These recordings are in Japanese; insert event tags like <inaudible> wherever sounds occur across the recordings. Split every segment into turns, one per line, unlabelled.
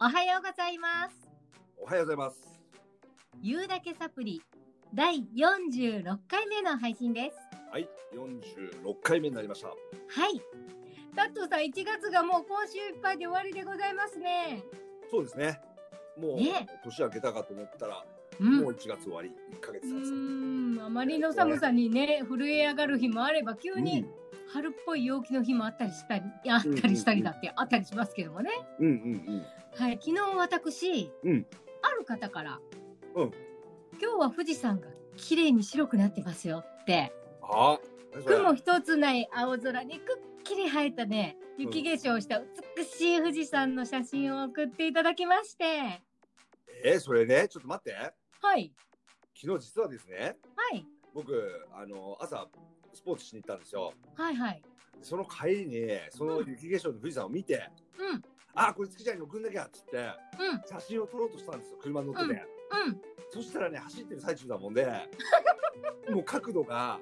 おはようございます。
おはようございます。
ゆうだけサプリ第46回目の配信です。
はい、46回目になりました。
はい。タットさん、1月がもう今週いっぱいで終わりでございますね。
そうですね。もう、
ね
年明けたかと思ったら、
うん。
もう
う
1月終わり、1ヶ月経つ。
ーんあまりの寒さにね、震え上がる日もあれば、急に春っぽい陽気の日もあったりしたり、あったりしたりだってあったりしますけどもね。
うんうん
はい、昨日私、
うん
ある方から、
うん
今日は富士山が綺麗に白くなってますよって、
うん。はあ、何それ
雲一つない青空にくっきり生えたね、雪化粧した美しい富士山の写真を送っていただきまして、
えー、それね、ちょっと待って。
はい、
昨日実はですね、
はい、
僕、あの、朝、スポーツしに行ったんですよ。
はい、はい、
その帰りに、その雪化粧の富士山を見て、
うん、うん、
あ、これ月ちゃんに送んなきゃっつって、写真を撮ろうとしたんですよ、車乗ってて。
うん、
そしたらね、走ってる最中だもんで、
<laughs>
もう角度が、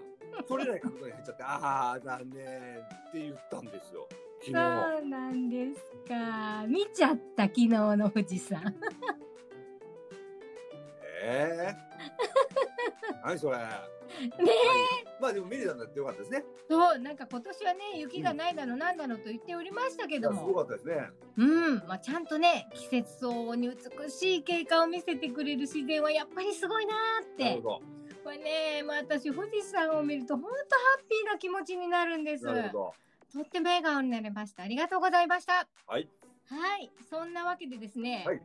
取れない角度に入っちゃって、ああ、残念って言ったんですよ、昨日。
そうなんですか。見ちゃった昨日の富士山。
ええ <laughs> 何それ。ねまあでも見れたんだってよかったですね。
そう、なんか今年はね、雪がないだの、なんだのと言っておりましたけ
い
ど
やす
も。
ごかったですね。
うん、まあ、ちゃんとね季節相応に美しい景観を見せてくれる自然はやっぱりすごいなーっ
なる
て
ほ
これね、まあ、私富士山を見ると本当ハッピーな気持ちになるんです
ど。なるほ
と
ど。
っても笑顔になりましたありがとうございました
はい。
はいそんなわけでですね、
はい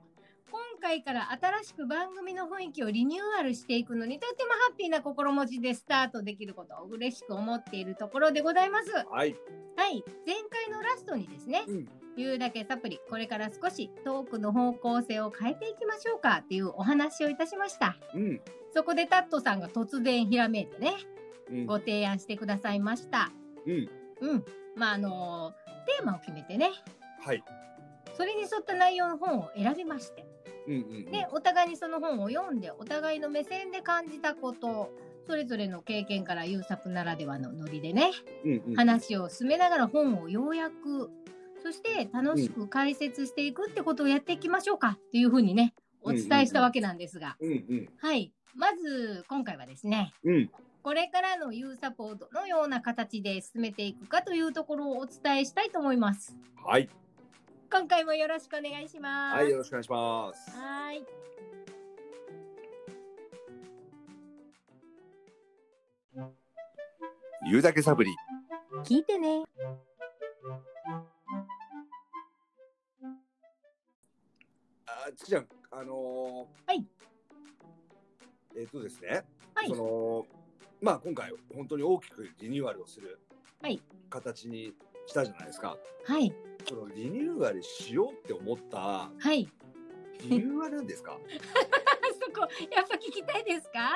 今回から新しく番組の雰囲気をリニューアルしていくのにとってもハッピーな心持ちでスタートできることを嬉しく思っているところでございますは
はい。
い前回のラストにですね
うん。
言うだけサプリこれから少しトークの方向性を変えていきましょうかっていうお話をいたしました
うん。
そこでタットさんが突然ひらめいてね
うん。
ご提案してくださいました
うん。
うんまああのテーマを決めてね
はい。
それに沿った内容の本を選びまして
うんうんうん。
でお互いにその本を読んでお互いの目線で感じたことそれぞれの経験から優作ならではのノリでね
うんうん。
話を進めながら本を要約そして楽しく解説していくってことをやっていきましょうかっていうふうにねお伝えしたわけなんですが、
うんうん。
はいまず今回はですね
うん。
これからのユーサポートのような形で進めていくかというところをお伝えしたいと思います
はい。
今回もよろしくお願いします
はい。よろしくお願いします。
はーい
言うだけサブリ。
聞いてね
あ、つきちゃん、あのー
はい。
えっとですね。
はい
そのまあ今回本当に大きくリニューアルをする
はい
形にしたじゃないですか、
はい
そのリニューアルしようって思った
はい
理由は何ですか
<laughs>
<laughs>
そこやっぱ聞きたいですか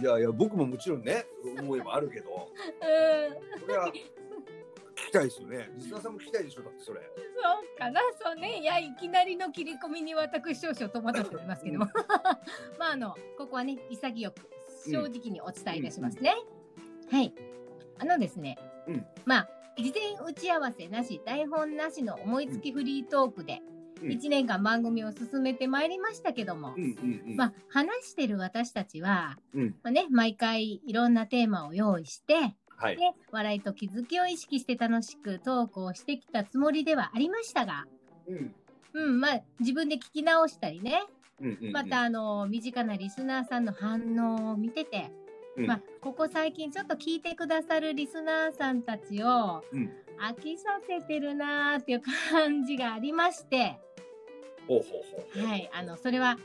いやいや僕ももちろんね思いもあるけど
うん
それは聞きたいですよねリスナーさんも聞きたいでしょだってそれ
そうかな、そうね、いや、いきなりの切り込みに私少々戸惑っており <laughs> ますけども。まあ、あの、ここはね、潔く、正直にお伝えいたしますね。はい。あのですね、
うん
まあ、事前打ち合わせなし、台本なしの思いつきフリートークで、
うん
1年間番組を進めてまいりましたけども、
うんうんうん、
まあ、話してる私たちは、
うん
まあね、毎回いろんなテーマを用意して、
はい
で笑いと気づきを意識して楽しくトークをしてきたつもりではありましたが、
うん
うんまあ、自分で聞き直したりね
うんうん
また、あの身近なリスナーさんの反応を見てて、
うん
まあ、ここ最近ちょっと聞いてくださるリスナーさんたちを
うん
飽きさせてるなーっていう感じがありまして、
ほうほうほう
はい、あのそれは、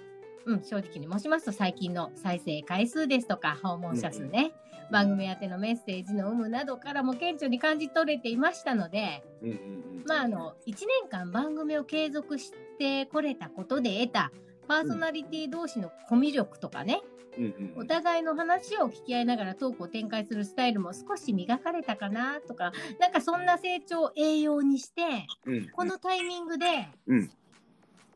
うん、正直に申しますと最近の再生回数ですとか訪問者数ね、番組宛てのメッセージの有無などからも顕著に感じ取れていましたので、
うんうんうん
まあ、あの1年間番組を継続してこれたことで得たパーソナリティ同士のコミュ力とかね、
うんうんうん
お互いの話を聞き合いながらトークを展開するスタイルも少し磨かれたかなとかなんかそんな成長を栄養にして
うん
このタイミングで、
うん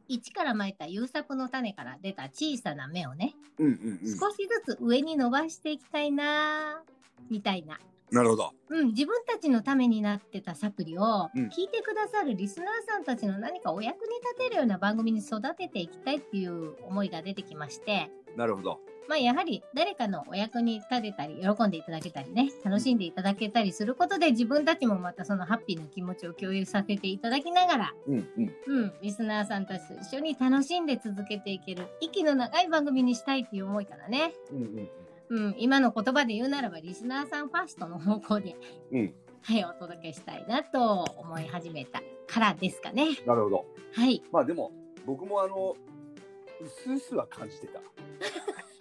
一からまいた優作の種から出た小さな芽をね
うんうんうん
少しずつ上に伸ばしていきたいなみたいな
なるほど。
うん、自分たちのためになってたサプリを
うん
聞いてくださるリスナーさんたちの何かお役に立てるような番組に育てていきたいっていう思いが出てきまして、
なるほど。
まあやはり誰かのお役に立てたり、喜んでいただけたりね、楽しんでいただけたりすることで自分たちもまたそのハッピーな気持ちを共有させていただきながら、
うんうん。
うん、リスナーさんたちと一緒に楽しんで続けていける、息の長い番組にしたいっていう思いからね、
うんうん
うん、今の言葉で言うならばリスナーさんファーストの方向で、
うん
はい、お届けしたいなと思い始めたからですかね。
うん。なるほど。
はい、
まあでも僕もあのうすうすは感じてた。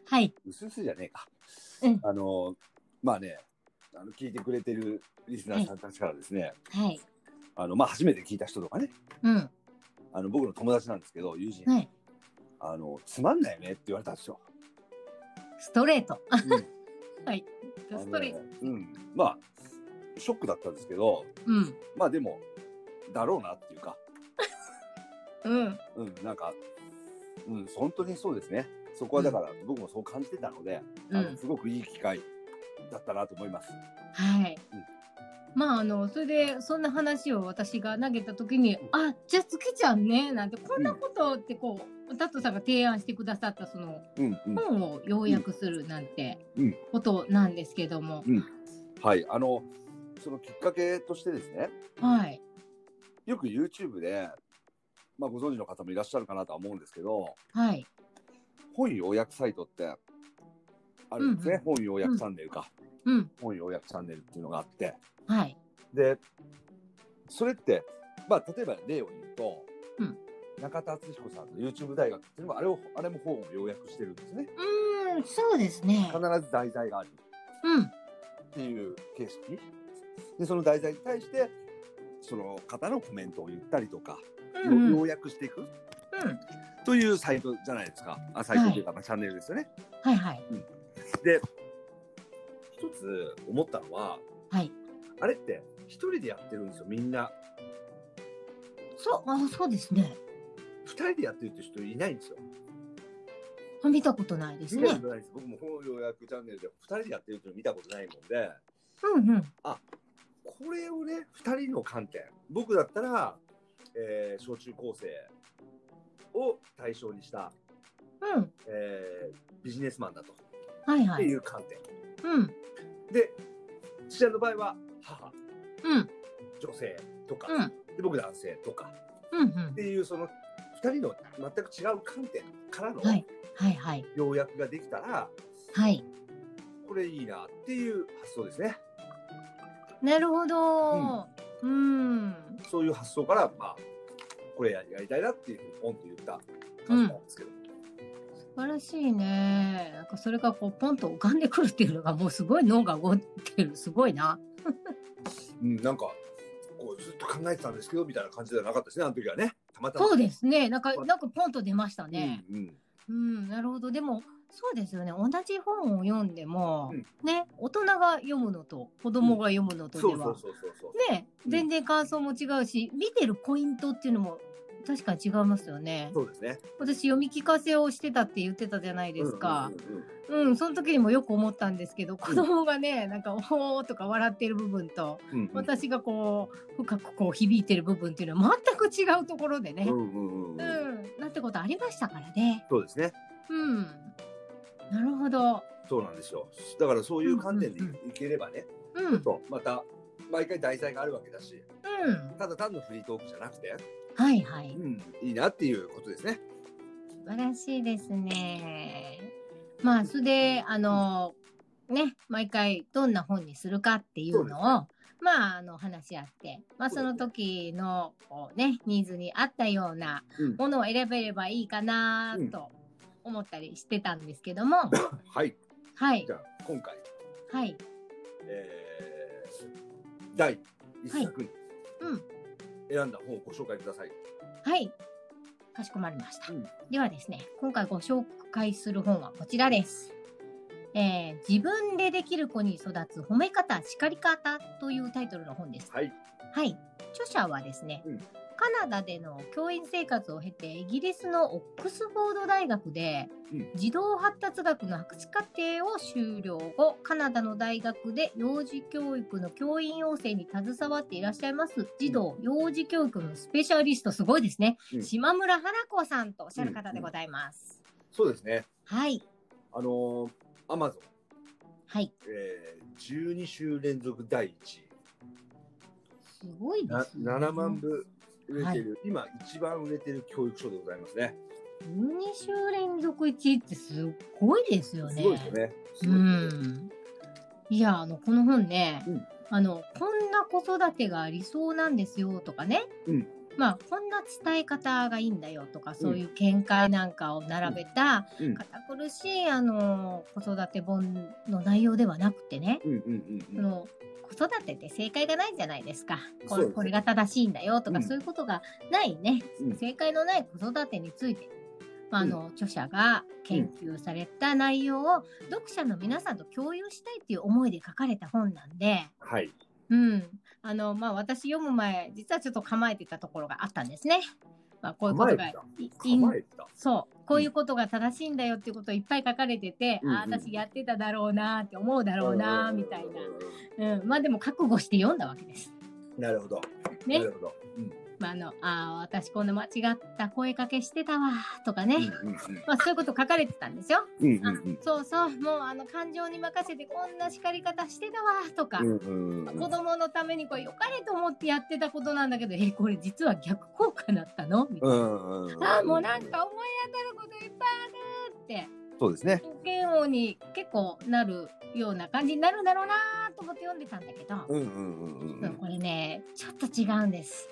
はい、
うすうすじゃねえか。
うん
あのまあね、あの聞いてくれてるリスナーさんたちからですね、
はい、
あのまあ初めて聞いた人とかね、
うん、
あの僕の友達なんですけど友人、
はい、
あのつまんないよねって言われたんですよ。
ストレート。
うん
はい、
あの
ストレート。
うん。まあショックだったんですけど、
うん、
まあでもだろうなっていうか、
うん、
うんなんか、うん本当にそうですね。そこはだから僕もそう感じてたので、
う
あの
ん、
すごくいい機会だったなと思います。
はい
うん。
まああのそれでそんな話を私が投げた時に「あじゃあ月ちゃんね」なんてこんなことってこうタットさんが提案してくださったその
うんうん。
本を要約するなんて
うん
ことなんですけども、
はい、あの、そのきっかけとしてですね、
はい
よく YouTube で、まあ、ご存知の方もいらっしゃるかなとは思うんですけど、
はい。
本要約サイトって、あるんですね、
うん
本要約チャンネルか、
うん。
本要約チャンネルっていうのがあって、
はい。
で、それって、まあ、例えば例を言うと、
うん
中田敦彦さんの YouTube 大学っていうのも、あれを、あれも本を要約してるんですね。
うーん、そうですね
必。ず題材がある。
うん。
っていう形式でその題材に対してその方のコメントを言ったりとか、
うんうん。うん
要約していくというサイトじゃないですかあサイトというか、まあチャンネルですよね。
はいはい。
で一つ思ったのは
はい。
あれって一人でやってるんですよみんな
そう、あ、そうですね。
二人でやってるって人いないんですよ。
見たことないです
見たこ
ね。
とないです僕も本要約チャンネルで二人でやってるっていうの見たことないもんで
うんうん。
これをね二人の観点僕だったら、えー小中高生を対象にした
うん。
えービジネスマンだと、
はいは
って
い。
いう観点
うん。
で父親の場合は母
うん。
女性とか、
うん。
で僕男性とか
うんう
っ
ん。
ていうその2人の全く違う観点からの
はい。はいはい。
要約ができたら、
はい。
これいいなっていう発想ですね
なるほど。うん。
そういう発想からまあこれやりたいなっていうふうにポンと言った感じなんですけど、
素晴らしいね。なんかそれがこうポンと浮かんでくるっていうのがもうすごい脳が動いてる。すごいな。
うんなんかこうずっと考えてたんですけどみたいな感じではなかったですねあの時はねたまたま
そうですね。なんか、なんかポンと出ましたね。
うんうん
うん、なるほど。でも、そうですよね。同じ本を読んでも、
うん
ね、大人が読むのと子供が読むのと
そう
で
そ
は、
うそうそうそう、
ね、全然感想も違うし、見てるポイントっていうのも確かに違いますよね。
そうですね
私、読み聞かせをしてたって言ってたじゃないですか
う。んうんうんうん
うんその時にもよく思ったんですけど、子供がね、なんか、おーとか笑ってる部分と、
うんうん
私がこう、深くこう響いてる部分っていうのは全く違うところでね。
う
うん
んうんうんうん
なんてことありましたからね。
そうですね。
うん。なるほど。
そうなんですよ。だからそういう観点で
うんうん
いければね、
うん。う
ちょ
ん
っ。とまた毎回題材があるわけだし、ただ単のフリートークじゃなくて、
はいはい。
うん、いいなっていうことですね。
素晴らしいですね。まあ、それで、あの、ね、毎回どんな本にするかっていうのを、まあ、あの、話し合って、まあ、
そう
そ
ですね
の時の、こうね、ニーズに合ったような
うん
ものを選べればいいかなと思ったりしてたんですけども、
はい。
はい
じ、ゃあ今回、
はい、
えー、第一作に
うん、
選んだ本をご紹介ください。
はい、かしこまりました。
うん
ではですね、今回ご紹介する本はこちらです。えー自分でできる子に育つ褒め方、叱り方というタイトルの本です。
はい。
はい。著者はですね、
うん
カナダでの教員生活を経てイギリスのオックスフォード大学で
うん
児童発達学の博士課程を修了後カナダの大学で幼児教育の教員養成に携わっていらっしゃいます児童幼児教育のスペシャリストすごいですね、
うん
島村花子さんとおっしゃる方でございます。
そうですね。
はい
あのアマゾン、
はい
えー、12週連続第一
すごいで
な
す、ね、
7万部売れてる、今一番売れてる教育書でございますね。
12週連続1位ってすっごいですよね。
すごいですよね。す
う
ごい
ん。いや、あの、この本ね、
うん
あの、こんな子育てが理想なんですよとかね、
うん
まあ、こんな伝え方がいいんだよとか、そういう見解なんかを並べた、
うんうん
堅苦しい、あの、子育て本の内容ではなくてね、
うんうんうん
その子育てって正解がないじゃないですかこ
そう
れ
です
これが正しいんだよとか、
うん
そういうことがないね、
うん
正解のない子育てについて、まあ、あの著者が研究された内容を読者の皆さんと共有したいっていう思いで書かれた本なんで、
はい。
うんあのまあ、私読む前実はちょっと構えてたところがあったんですね。まあ、こういうことが
構
いいん
構えてた。
そうこういうことが正しいんだよっていうことをいっぱい書かれてて、
うん
ああ私やってただろうなーって思うだろうなーみたいな。
う
うん、まあでも覚悟して読んだわけです。
ん。なるほど。
ね
なるほど。うん
まあ、あのあー私こんな間違った声かけしてたわとかね、まあ、そういうこと書かれてたんですよ。
うんうん
あそうそうもうあの感情に任せてこんな叱り方してたわとか、
うんうんうんうんうん
子供のためにこれ良かれと思ってやってたことなんだけどえこれ実は逆効果だったのみたいな。
うんうん
あーもうなんか思い当たることいっぱいある
そうですね。
って嫌悪に結構なるような感じになるんだろうなーと思って読んでたんだけど、
うんうんうんうん
う
う
ん
ん。
これねちょっと違うんです。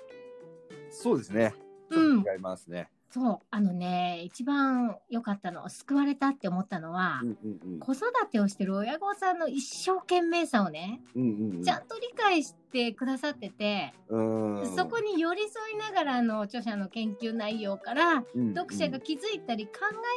そうですね。ち
う
ょ
ん
っと違いますね。
そうあのね一番良かったの救われたって思ったのは、
うんうんうん
子育てをしてる親御さんの一生懸命さをね、
うんうん
ちゃんと理解してくださってて、
うん。うん
そこに寄り添いながらあの著者の研究内容から
うん
読者が気づいたり考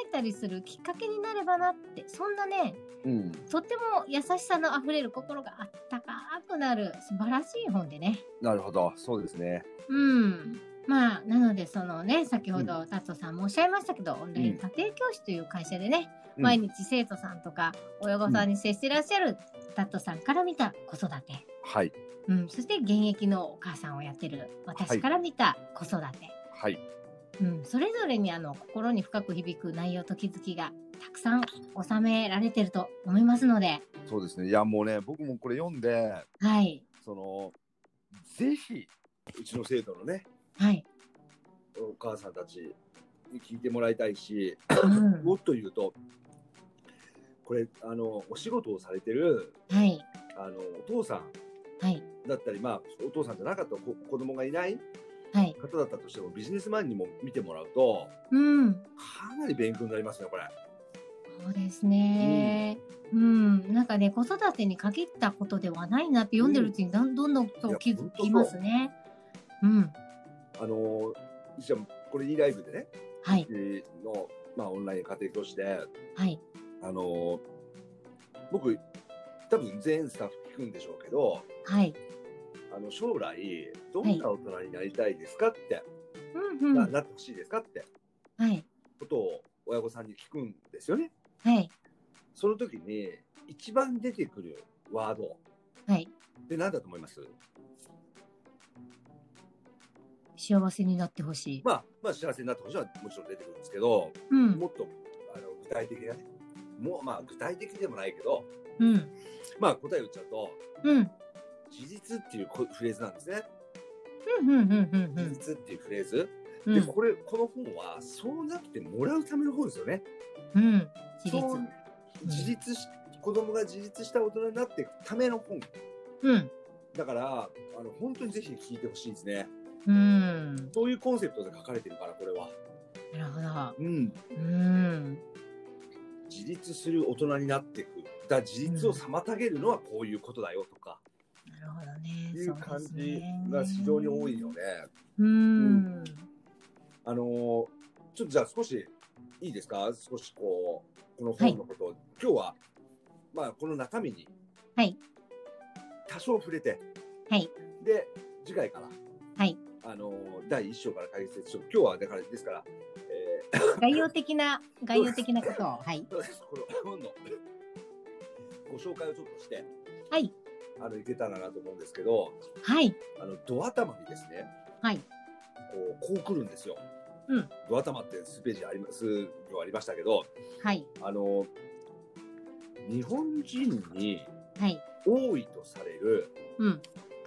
えたりするきっかけになればなってそんなね
うん
とっても優しさのあふれる心があったかくなる素晴らしい本でね。
なるほど。そうですね。
うん。まあ、なので、そのね、先ほど、達夫さんもおっしゃいましたけど、オンライン家庭教師という会社でね、
うん
毎日生徒さんとか親御さんに接してらっしゃる達夫さんから見た子育て、
はい
うん、そして現役のお母さんをやってる
は
私
い
から見た子育て、
はい。
うん、それぞれにあの心に深く響く内容と気づきがたくさん収められてると思いますので、
そうですね。いやもうね僕もこれ読んで
はい、
そのぜひうちの生徒のね
はい、
お母さんたちに聞いてもらいたいし、 <laughs>
うん
もっと言うとこれあのお仕事をされてる
はい、
あのお父さん
はい、
だったりまあお父さんじゃなかった子子供がいない
はい、
方だったとしてもビジネスマンにも見てもらうと
うん。
かなり勉強になりますねこれ。
そうですね。うん、なんかね、子育てに限ったことではないなって読んでるうちに、だんどんどん
い
と
や
気
ほ
づ
んとそ
き
う
ますね。うん、
あのじゃこれ e ライブでね
はい、
うちの、まあ、オンライン家庭教師で
はい、
あの僕多分全スタッフ聞くんでしょうけど
はい。
あの将来どんな大人になりたいですかって、
うん、う、
なんなってほしいですかって
はい、
ことを親御さんに聞くんですよね。
はい、
その時に一番出てくるワード
はい。
って何だと思います
幸せになってほしい。
まあまあ幸せになってほしいのはもちろん出てくるんですけど
うん
も、っとあの具体的なねもうまあ具体的でもないけど
うん、
まあ答え言っちゃうと
うん、
事実っていうこフレーズなんですね。
うん、うん、うん、うん、
事実っていうフレーズ。
うん、うん、
でこれこの本はそうなってもらうための本ですよね。
うん、自立。
そう自立し、子供が自立した大人になっていくための本
うん、
だからあの本当にぜひ聞いてほしいですね
うん、な
そういうコンセプトで書かれてるからこれは
るほど。
うん
うん、
自立する大人になっていくだから自立を妨げるのはこういうことだよとか、
なるほどね。
いう
そう
感
です
じ
ね
が非常に多いよね。
うん、
あのーちょっとじゃあ少しいいですか少しこうこの本のことを、今日はまあこの中身に
はい
多少触れて
はい、
で次回から
はい
あの第一章から解説しよう今日はだからですから、え
概要的な、概要的なことを。はい。
ー、 <laughs> この本のご紹介をちょっとして
はい。
あのいけたらなと思うんですけど
はい。
あのド頭にですね
はい。
こうこう来るんですよ。
うん
ド頭って数ページあります行ありましたけど
はい。
あの日本人に
はい。
多いとされる
うん。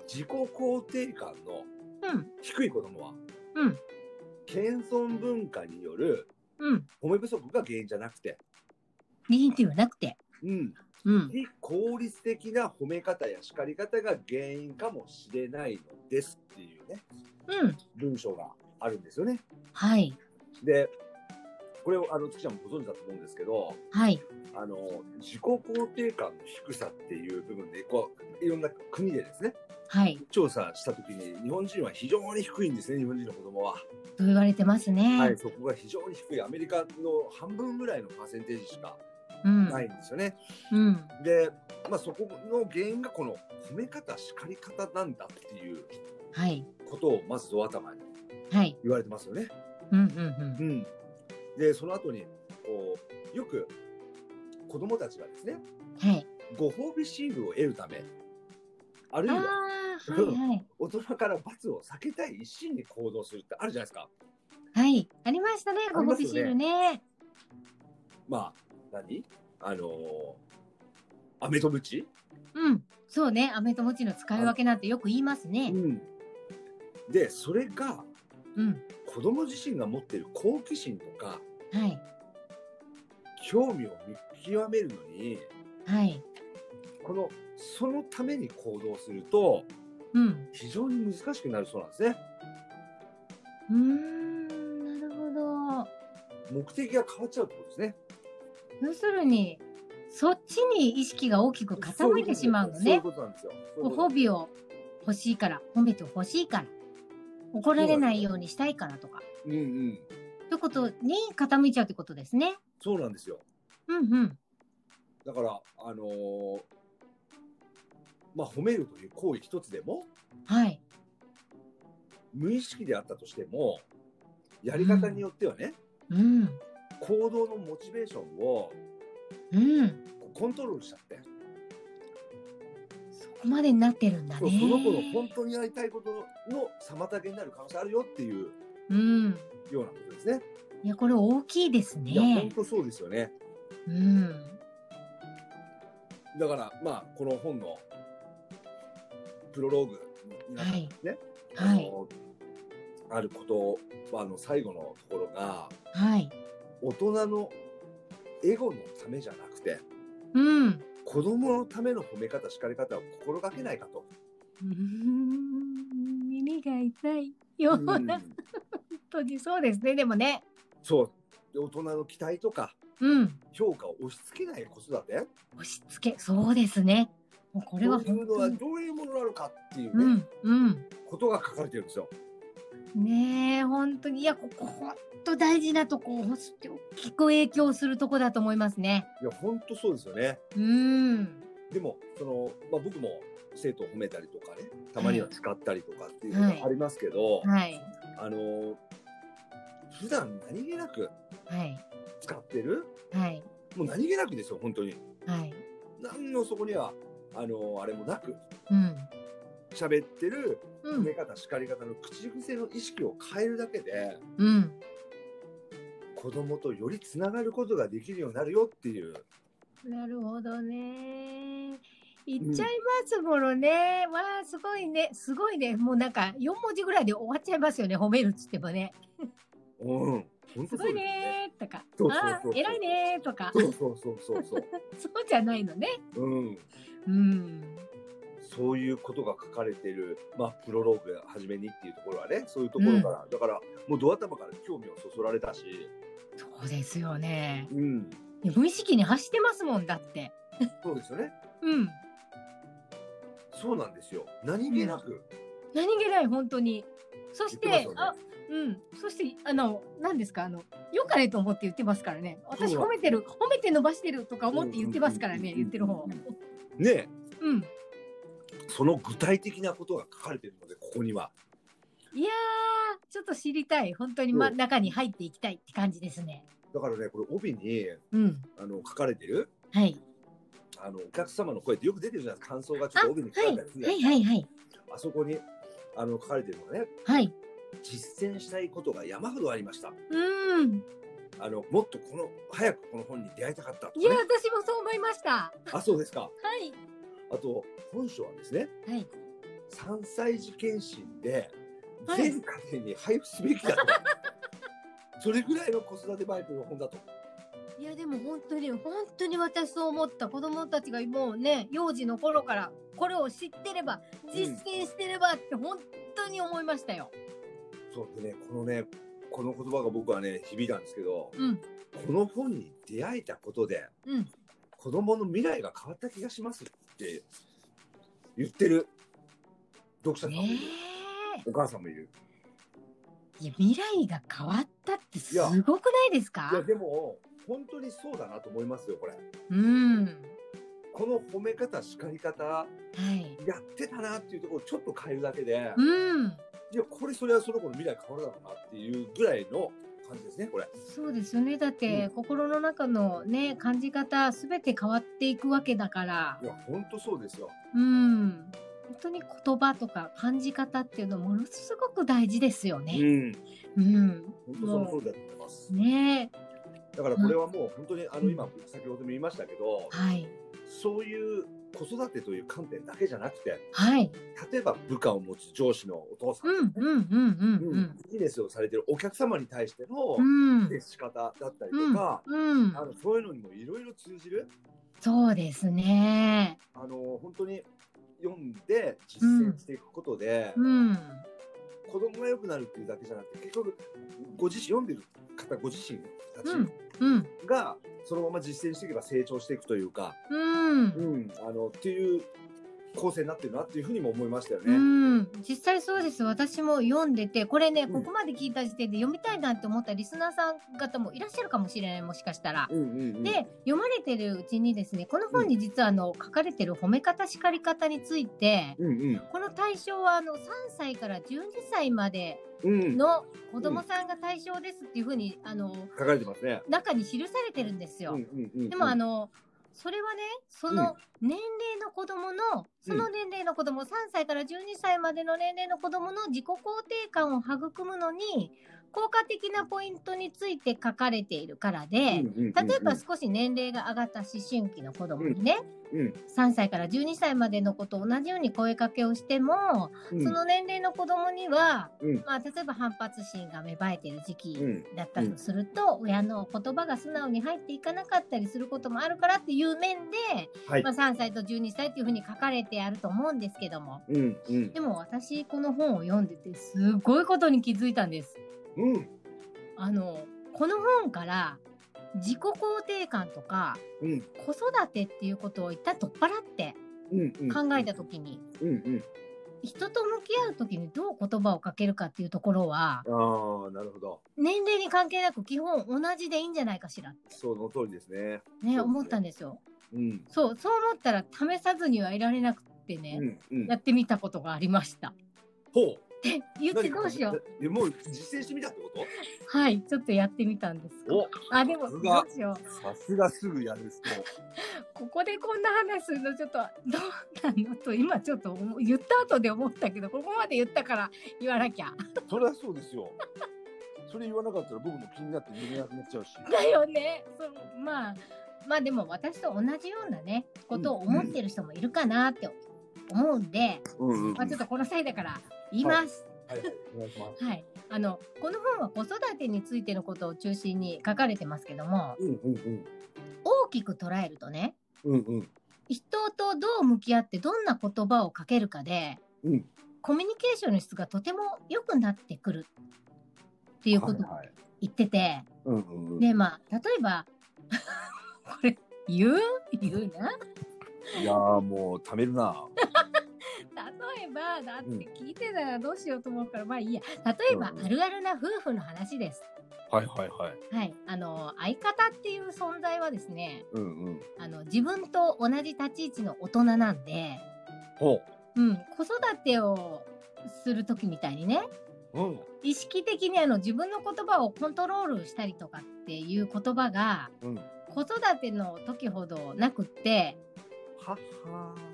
自己肯定感の
うん。
低い子供は
うん。
謙遜文化による
うん。
褒め不足が原因じゃなくて、
理人っていうのはなくて。
うん、
うん。
非効率的な褒め方や叱り方が原因かもしれないのですっていうね
うん。
文章があるんですよね。
はい。
でこれをあの月ちゃんもご存知だと思うんですけど
はい。
あの自己肯定感の低さっていう部分でこういろんな国でですね
はい。
調査した時に日本人は非常に低いんですね日本人の子供は。
と言われてますね。
はい、そこが非常に低いアメリカの半分ぐらいのパーセンテージしか
うん。
ないんですよね。
うん。
で、まあ、そこの原因がこの褒め方叱り方なんだっていう
はい。
ことをまずド頭に
はい。
言われてますよね。
うん。うん。
うん、でその後にこうよく子供たちがですね
うん。はい。
ご褒美シールを得るためあるい
あ
は
あ。はい。はい。
大人から罰を避けたい一心に行動するってあるじゃないですか。
はい。ありましたね。ご褒美シールね。
まあ何あのー飴とムチ、
うん。そうね。飴と餅の使い分けなんてよく言いますね。
ん、でそれが
うん。
子供自身が持ってる好奇心とか
はい。
興味を見極めるのに
はい。
このそのために行動すると
うん。
非常に難しくなるそうなんですね
うーん。なるほど。
目的が変わっちゃうってことですね
要するに、そっちに意識が大きく傾いてしまうの
そういう
ね。
ことなんですよ
ご褒美を欲しいから、褒めて欲しいから、怒られないようにしたいからとか、
うんうん
ということに傾いちゃうってことですね。
そうなんですよ
うんうん。
だからあのーまあ褒めるという行為一つでも
はい。
無意識であったとしてもやり方によってはね、
うん。
行動のモチベーションを
うん。
コントロールしちゃって
そこまでになってるんだ
そう
ね。
その子の本当にやりたいことの妨げになる可能性あるよっていう
うん。
ようなことですね。
いや、これ大きいです
いや本
ね。
当そうですよね。
うん。
だからまあこの本のプロローグになったんですね。
は
あ
い。
のあることあの最後のところが
はい。
大人のエゴのためじゃなくて
うん。
子供のための褒め方叱り方を心がけないかと。
うーん耳が痛いよう
う
な、本
ん
当にそうですね、でもね。
そうで大人の期待とか
うん。
評価を押し付けない子育て
押し付け、そうですね。もうこれは
こうい
本
うの
当
は
に。
どういうものなのかっていう
う
ね、
ん、うん。
ことが書かれてるんですよ。
ねえ、本当に。いや、ここ本当大事なとこ、大きく影響するとこだと思いますね。
いや本当そうですよね。
うん。
でもその、まあ、僕も生徒を褒めたりとかねたまには使ったりとかっていう
は
の
い
がありますけど、
はい。
あの普段何気なく
はい。
使ってる
はい。
もう何気なくですよ本当に
はい。
何のそこにはあのあれもなく
うん。
喋ってる
う
褒め
ん。
方叱り方の口癖の意識を変えるだけで
うん。
子供とよりつながることができるようになるよっていう
なるほどね。言っちゃいますものね。わあ、すごいね。すごいね。もうなんか4文字ぐらいで終わっちゃいますよね。褒めるっつってもね。
うん本
す
当
ご
そう
い
ですね。
ねーとか。
そうそうそう
ああ、偉いねーとか
そ。うそうそうそうそう。
そうじゃないのね。
うん
うん。
そういうことが書かれてる、まあ、プロローグや初めにっていうところはね、そういうところから、だから、もうドア頭から興味をそそられたし、
そうですよね。
うん、
無意識に走ってますもんだって。
そうですよね。
うん。
そうなんですよ。何気なく、
何気ない本当に。そして、
言ってますよ
あ
ね、
うん。そしてあの何ですかあの良かれと思って言ってますからね。私
そう
褒めてる褒めて伸ばしてるとか思って言ってますからね。言ってる方。
ね、
うん。
その具体的なことが書かれてるので、ここには。
いやー、ちょっと知りたい。本当に、ま、
そう
中に入っていきたいって感じですね。
だからね、これ帯に、
うん。
あの、書かれてる、
はい。
あの、お客様の声ってよく出てるじゃないですか。感想がちょっと帯に書か
は
れ
い。
たりするじゃ
は
ない
いはいはい。
あそこに、あの、書かれてるのがね、
はい。
実践したいことが山ほどありました。
うん。
あの、もっとこの、早くこの本に出会いたかったとか
い
ね、
や、私もそう思いました。は
あ、そうですか。
い。
あと、本書はですね、
はい。
3歳児検診で
はい
全家庭に配布すべきだと、 <laughs> それぐらいの子育てバイブの本だと
いや、でも本当に、本当に私そう思った子供たちがもうね、幼児の頃からこれを知ってれば、実践してればって本当に思いましたよ。
そうでねこのねこの言葉が僕はね響いたんですけど
うん。
この本に出会えたことで
うん。
子供の未来が変わった気がしますって言ってる読者さんもいる、
ね
お母さんもいる
え。いや、未来が変わったってすごくないですか
いやでも本当にそうだなと思いますよこれ
うん。は
この褒め方叱り方
い。
やってたなっていうところをちょっと変えるだけで、
うん。
いや、これ、それはその子の未来変わるだろうなっていうぐらいの感じですね、これ。
そうですよね。だって、心の中のね、感じ方、すべて変わっていくわけだから
い。や、ほんとそうですよ。
うん。本当に言葉とか感じ方っていうのものすごく大事ですよね。
ん。
うん。
ほんとその通りだと思います。
ねえ。
だからこれはもう本当に、あの、
う
今、先ほども言いましたけど、
はい。
そういう子育てという観点だけじゃなくて、
はい。
例えば部下を持つ上司のお父さん、
うんうんうんうん
ビジネスをされてるお客様に対しての
うん。うん。
接し方だったりとか、
うん
あ。のそういうのにもいろいろ通じる、
そうですね。
あの、本当に読んで実践していくことで、
うん。
子供が良くなるっていうだけじゃなくて結局ご自身読んでる方ご自身た
うん
ち。
うん。
がそのまま実践していけば成長していくというか、
うん。
ん、あのっていう構成になってるなっていうふうにも思いましたよ
う
ね。
ん、実際そうです私も読んでてこれね、
うん
ここまで聞いた時点で読みたいなって思ったリスナーさん方もいらっしゃるかもしれないもしかしたら。
うんうんうん、
で読まれてるうちにですねこの本に実はあの書かれてる褒め方叱り方について
うんうん
この対象はあの3歳から12歳まで
うん、
の子供さんが対象ですっていうふうにあの
書かれてますね。
中に記されてるんですよ。
うんうんうんうん、
でもあのそれはねその年齢の子供のその年齢の子供3歳から12歳までの年齢の子供の自己肯定感を育むのに効果的なポイントについて書かれているから
うん
で
うんうんうん、
例えば少し年齢が上がった思春期の子供にね
うん
3歳から12歳までの子と同じように声かけをしても
うん、
その年齢の子供には
うん
まあ例えば反発心が芽生えている時期
うん
だったとすると、親の言葉が素直に入っていかなかったりすることもあるからっていう面で、
はい
まあ、3歳と12歳っていうふうに書かれてあると思うんですけども
うんうん
でも私この本を読んでてすごいことに気づいたんです。
うん
あのこの本から自己肯定感とか
うん
子育てっていうことを一旦取っ払って
うんうん
考えた時に、
うんうん
人と向き合う時にどう言葉をかけるかっていうところは
ああなるほど
年齢に関係なく基本同じでいいんじゃないかしらって
その通りですね。
ね
そうですね
思ったんですよ。
うん
そう、そう思ったら試さずにはいられなくって
う
ね、
んうん
やってみたことがありました。
ほう
え言ってどうしよう。
うもう実践してみたってこと
はい、ちょっとやってみたんですが
お
あ、でも、
さ
ど
すが
うしよ
さすがすぐやる人。
う。ここでこんな話するの、ちょっと、どうなのと、今ちょっと思う言った後で思ったけど、ここまで言ったから言わなきゃ。 <laughs>
それはそうですよ。それ言わなかったら僕も気になって見れなくなっちゃうし。
だよね。そうまあ、まあでも私と同じようなね、ことを思ってる人もいるかなって思うんで、
うんうん、
まあちょっとこの際だから言います。
はいはい、お願いします。
はい、あのこの本は子育てについてのことを中心に書かれてますけども
うんうん
大きく捉えるとね
うん。うんうん。
人とどう向き合ってどんな言葉をかけるかで
うん。
コミュニケーションの質がとても良くなってくるっていうことを
はいはい。
言ってて、
うんうんうん。
でまあ例えば <laughs> これ言う言うない
やーもう貯めるな。
例えばだっ
うん
て聞いてたらどうしようと思うから、まあいいや例えば
うん
あるあるな夫婦の話です。
はいはいはい。
はい、あの相方っていう存在はですね
うんうん。
あの自分と同じ立ち位置の大人なんで、
ほ
うん、子育てをする時みたいにね
う。うん。
意識的にあの自分の言葉をコントロールしたりとかっていう言葉が
うん。は
子育ての時ほどなくって
っは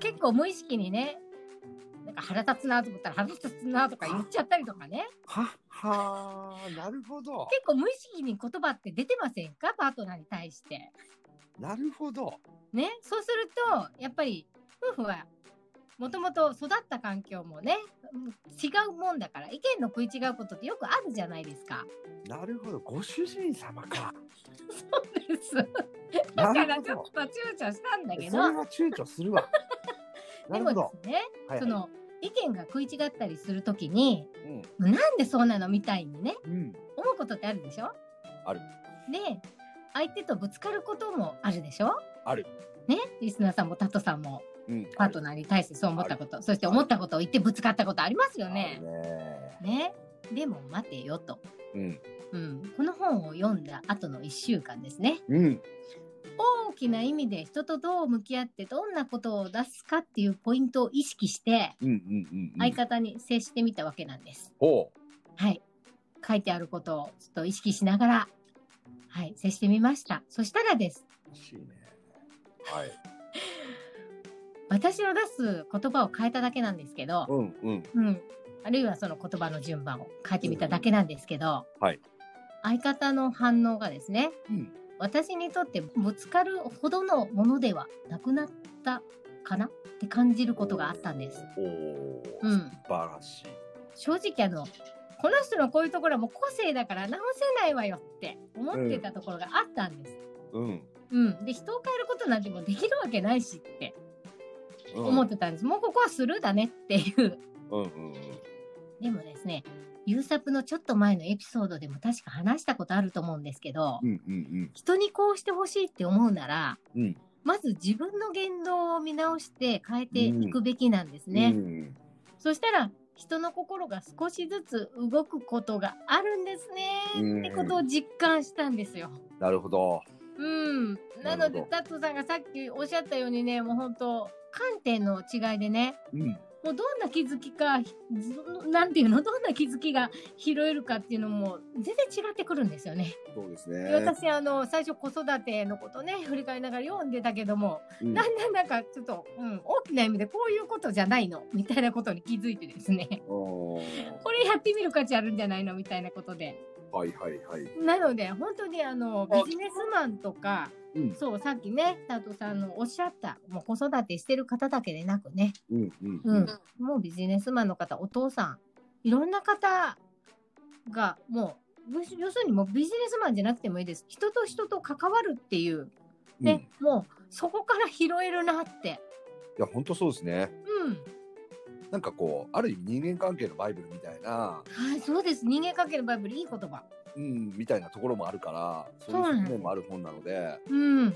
ー
結構無意識にねなんか腹立つなと思ったら腹立つなとか言っちゃったりとかね
はっはーなるほど。
結構無意識に言葉って出てませんかパートナーに対して。
なるほど。
ねそうするとやっぱり夫婦はもともと育った環境もねうん違うもんだから意見の食い違うことってよくあるじゃないですか。
なるほど。ご主人様か。
そうです <laughs> だか
なる
ら
ほ
ちょ
ど
っ。と躊躇したんだけ
そ
ど
れは躊躇するわ。な
<laughs> で
るほ
も
ど
で。すね、
はいはい
その意見が食い違ったりするときに
うん。
なんでそうなのみたいにね
うん。
思うことってあるでしょ
ある。
で相手とぶつかることもあるでしょ
ある。
ねリスナーさんもタトさんも
うん。
パートナーに対してそう思ったことそして思ったことを言ってぶつかったことありますよ
あ
ね
る。ね
ねでも待てよと、
うん。
うん、この本を読んだ後の1週間ですね
うん。
大きな意味で人とどう向き合ってどんなことを出すかっていうポイントを意識して
うん。うん。うん。
相。方に接してみたわけなんです。
ほ
はい、書いてあることをちょっと意識しながら、はい、接してみました。そしたらです。
う。欲しいね。はい。
私の出す言葉を変えただけなんですけど、
うん。うん。
うん、あるいはその言葉の順番を変えてみただけなんですけど、
はい
相方の反応がですね、
うん
私にとってぶつかるほどのものではなくなったかなって感じることがあったんです。。
おお。
うん、
素晴らしい。
正直あのこの人のこういうところはもう個性だから直せないわよって思ってたところがあったんです。
うん。
うん、で人を変えることなんてもうできるわけないしって思っ。てたんです、もうここはスルーだねっていう <laughs>
うん。うん。うん。
でもですね優作のちょっと前のエピソードでも確か話したことあると思うんですけど、
うんうん
人にこうしてほしいって思うなら
うん。うん。
まず自分の言動を見直して変えていくべきなんですね、
うん。
そしたら人の心が少しずつ動くことがあるんです
うん
ねってことを実感したんですよ。
なるほど。
うん、な
な
の
るほ
で
ど
タットさんがさっきおっしゃったようにねもう本当観点の違いでね
うん。
もうどんな気づきかひどなんていうのどんな気づきが拾えるかっていうのも全然違ってくるんですよね。
そうです
で
ね。
私あの最初子育てのことね振り返りながら読んでたけども、
うん
だんだんなんかちょっと、うん、大きな意味でこういうことじゃないのみたいなことに気づいてですね
お
<laughs>
ー
これやってみる価値あるんじゃないのみたいなことで
はいはいはい。
なので本当にあの
あ
ビジネスマンとか
うん
そうさっきね佐藤さんのおっしゃったもう子育てしてる方だけでなくね、
うんうん
う
うんん。
もうビジネスマンの方お父さんいろんな方がもうむし要するにもうビジネスマンじゃなくてもいいです人と人と関わるっていうね、もうそこから拾えるなって
いや本当そうですね。
うん
なんかこうある意味人間関係のバイブルみたいな、
はいそうです人間関係のバイブルいい言葉
うんみたいなところもあるから、そういう側面もある本なので
うん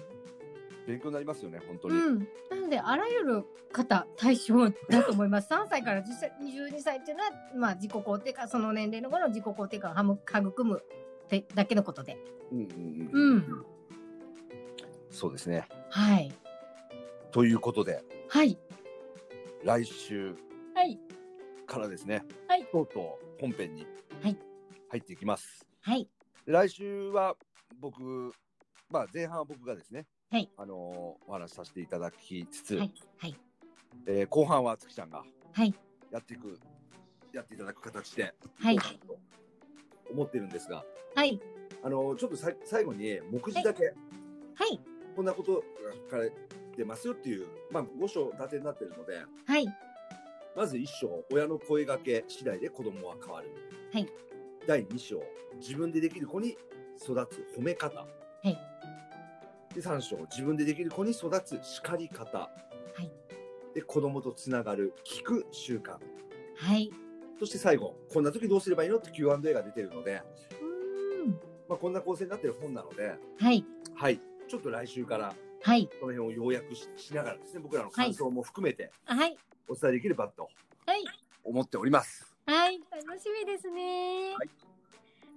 勉強になりますよね本当
う
に。
ん、なのであらゆる方対象だと思います3歳から10歳22歳っていうのは、まあ、自己肯定感その年齢の頃の自己肯定感をはむ育むってだけのことで
うんうん
うん。
そうですね。
はい
ということで
はい
来週
はい
からですね。
はい
とうとう本編に
はい
入っていきます。
はい
で来週は僕、まあ、前半は僕がですね、
はい
あのーお話しさせていただきつつ、
はいはい
えー後半はつきちゃんが
はい
やっていく、やっていただく形で、
はい
どうかなと思ってるんですが、
はい
あのーちょっとさ最後に目次だけ、
はい
こんなことが書かれてますよっていう、まあ、5章立てになってるので、
はい
まず1章、親の声がけ次第で子供は変わる。
はい
第2章、自分でできる子に育つ褒め方。
い
で、3章、自分でできる子に育つ叱り方。
い
で、子供とつながる聞く習慣。
はい
そして最後、こんな時どうすればいいのって Q&A が出てるので、
うーん
まあ、こんな構成になってる本なので、
はい
はい。ちょっと来週から、
はい
この辺を要約ししながらですね、僕らの感想も含めて
はい
お伝えできればと
はい
思っております。
はい楽しみですね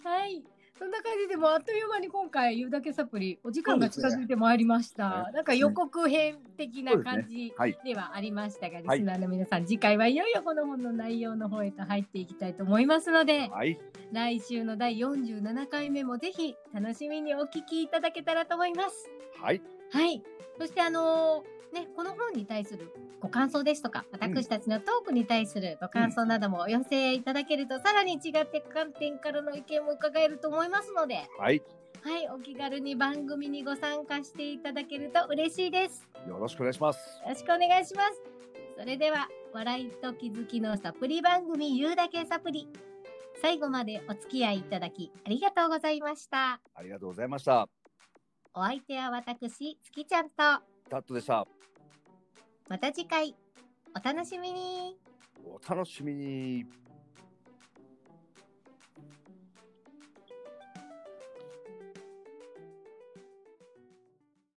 は
はい、そんな感じでもうあっという間に今回言うだけサプリお時間が
そう
近
ですね
づいてまいりました、
ね
なんか予告編的な感じ
はい。
ではありましたが、
はい
リスナーの皆さん、次回はいよいよこの本の内容の方へと入っていきたいと思いますので、
はい。
来週の第47回目もぜひ楽しみにお聞きいただけたらと思います。
はい。
はい。そしてあのーね、この本に対するご感想ですとか、私たちのトークに対するご感想などもお寄せいただけると、さらに違って観点からの意見も伺えると思いますので、
はい。
はい、お気軽に番組にご参加していただけると嬉しいです。
よろしくお願いします。
よろしくお願いします。それでは、笑いと気づきのサプリ番組、言うだけサプリ。最後までお付き合いいただき、ありがとうございました。
ありがとうございました。
お相手は私、月ちゃんと、
タットでした。
また次回、お楽しみに。
お楽しみに。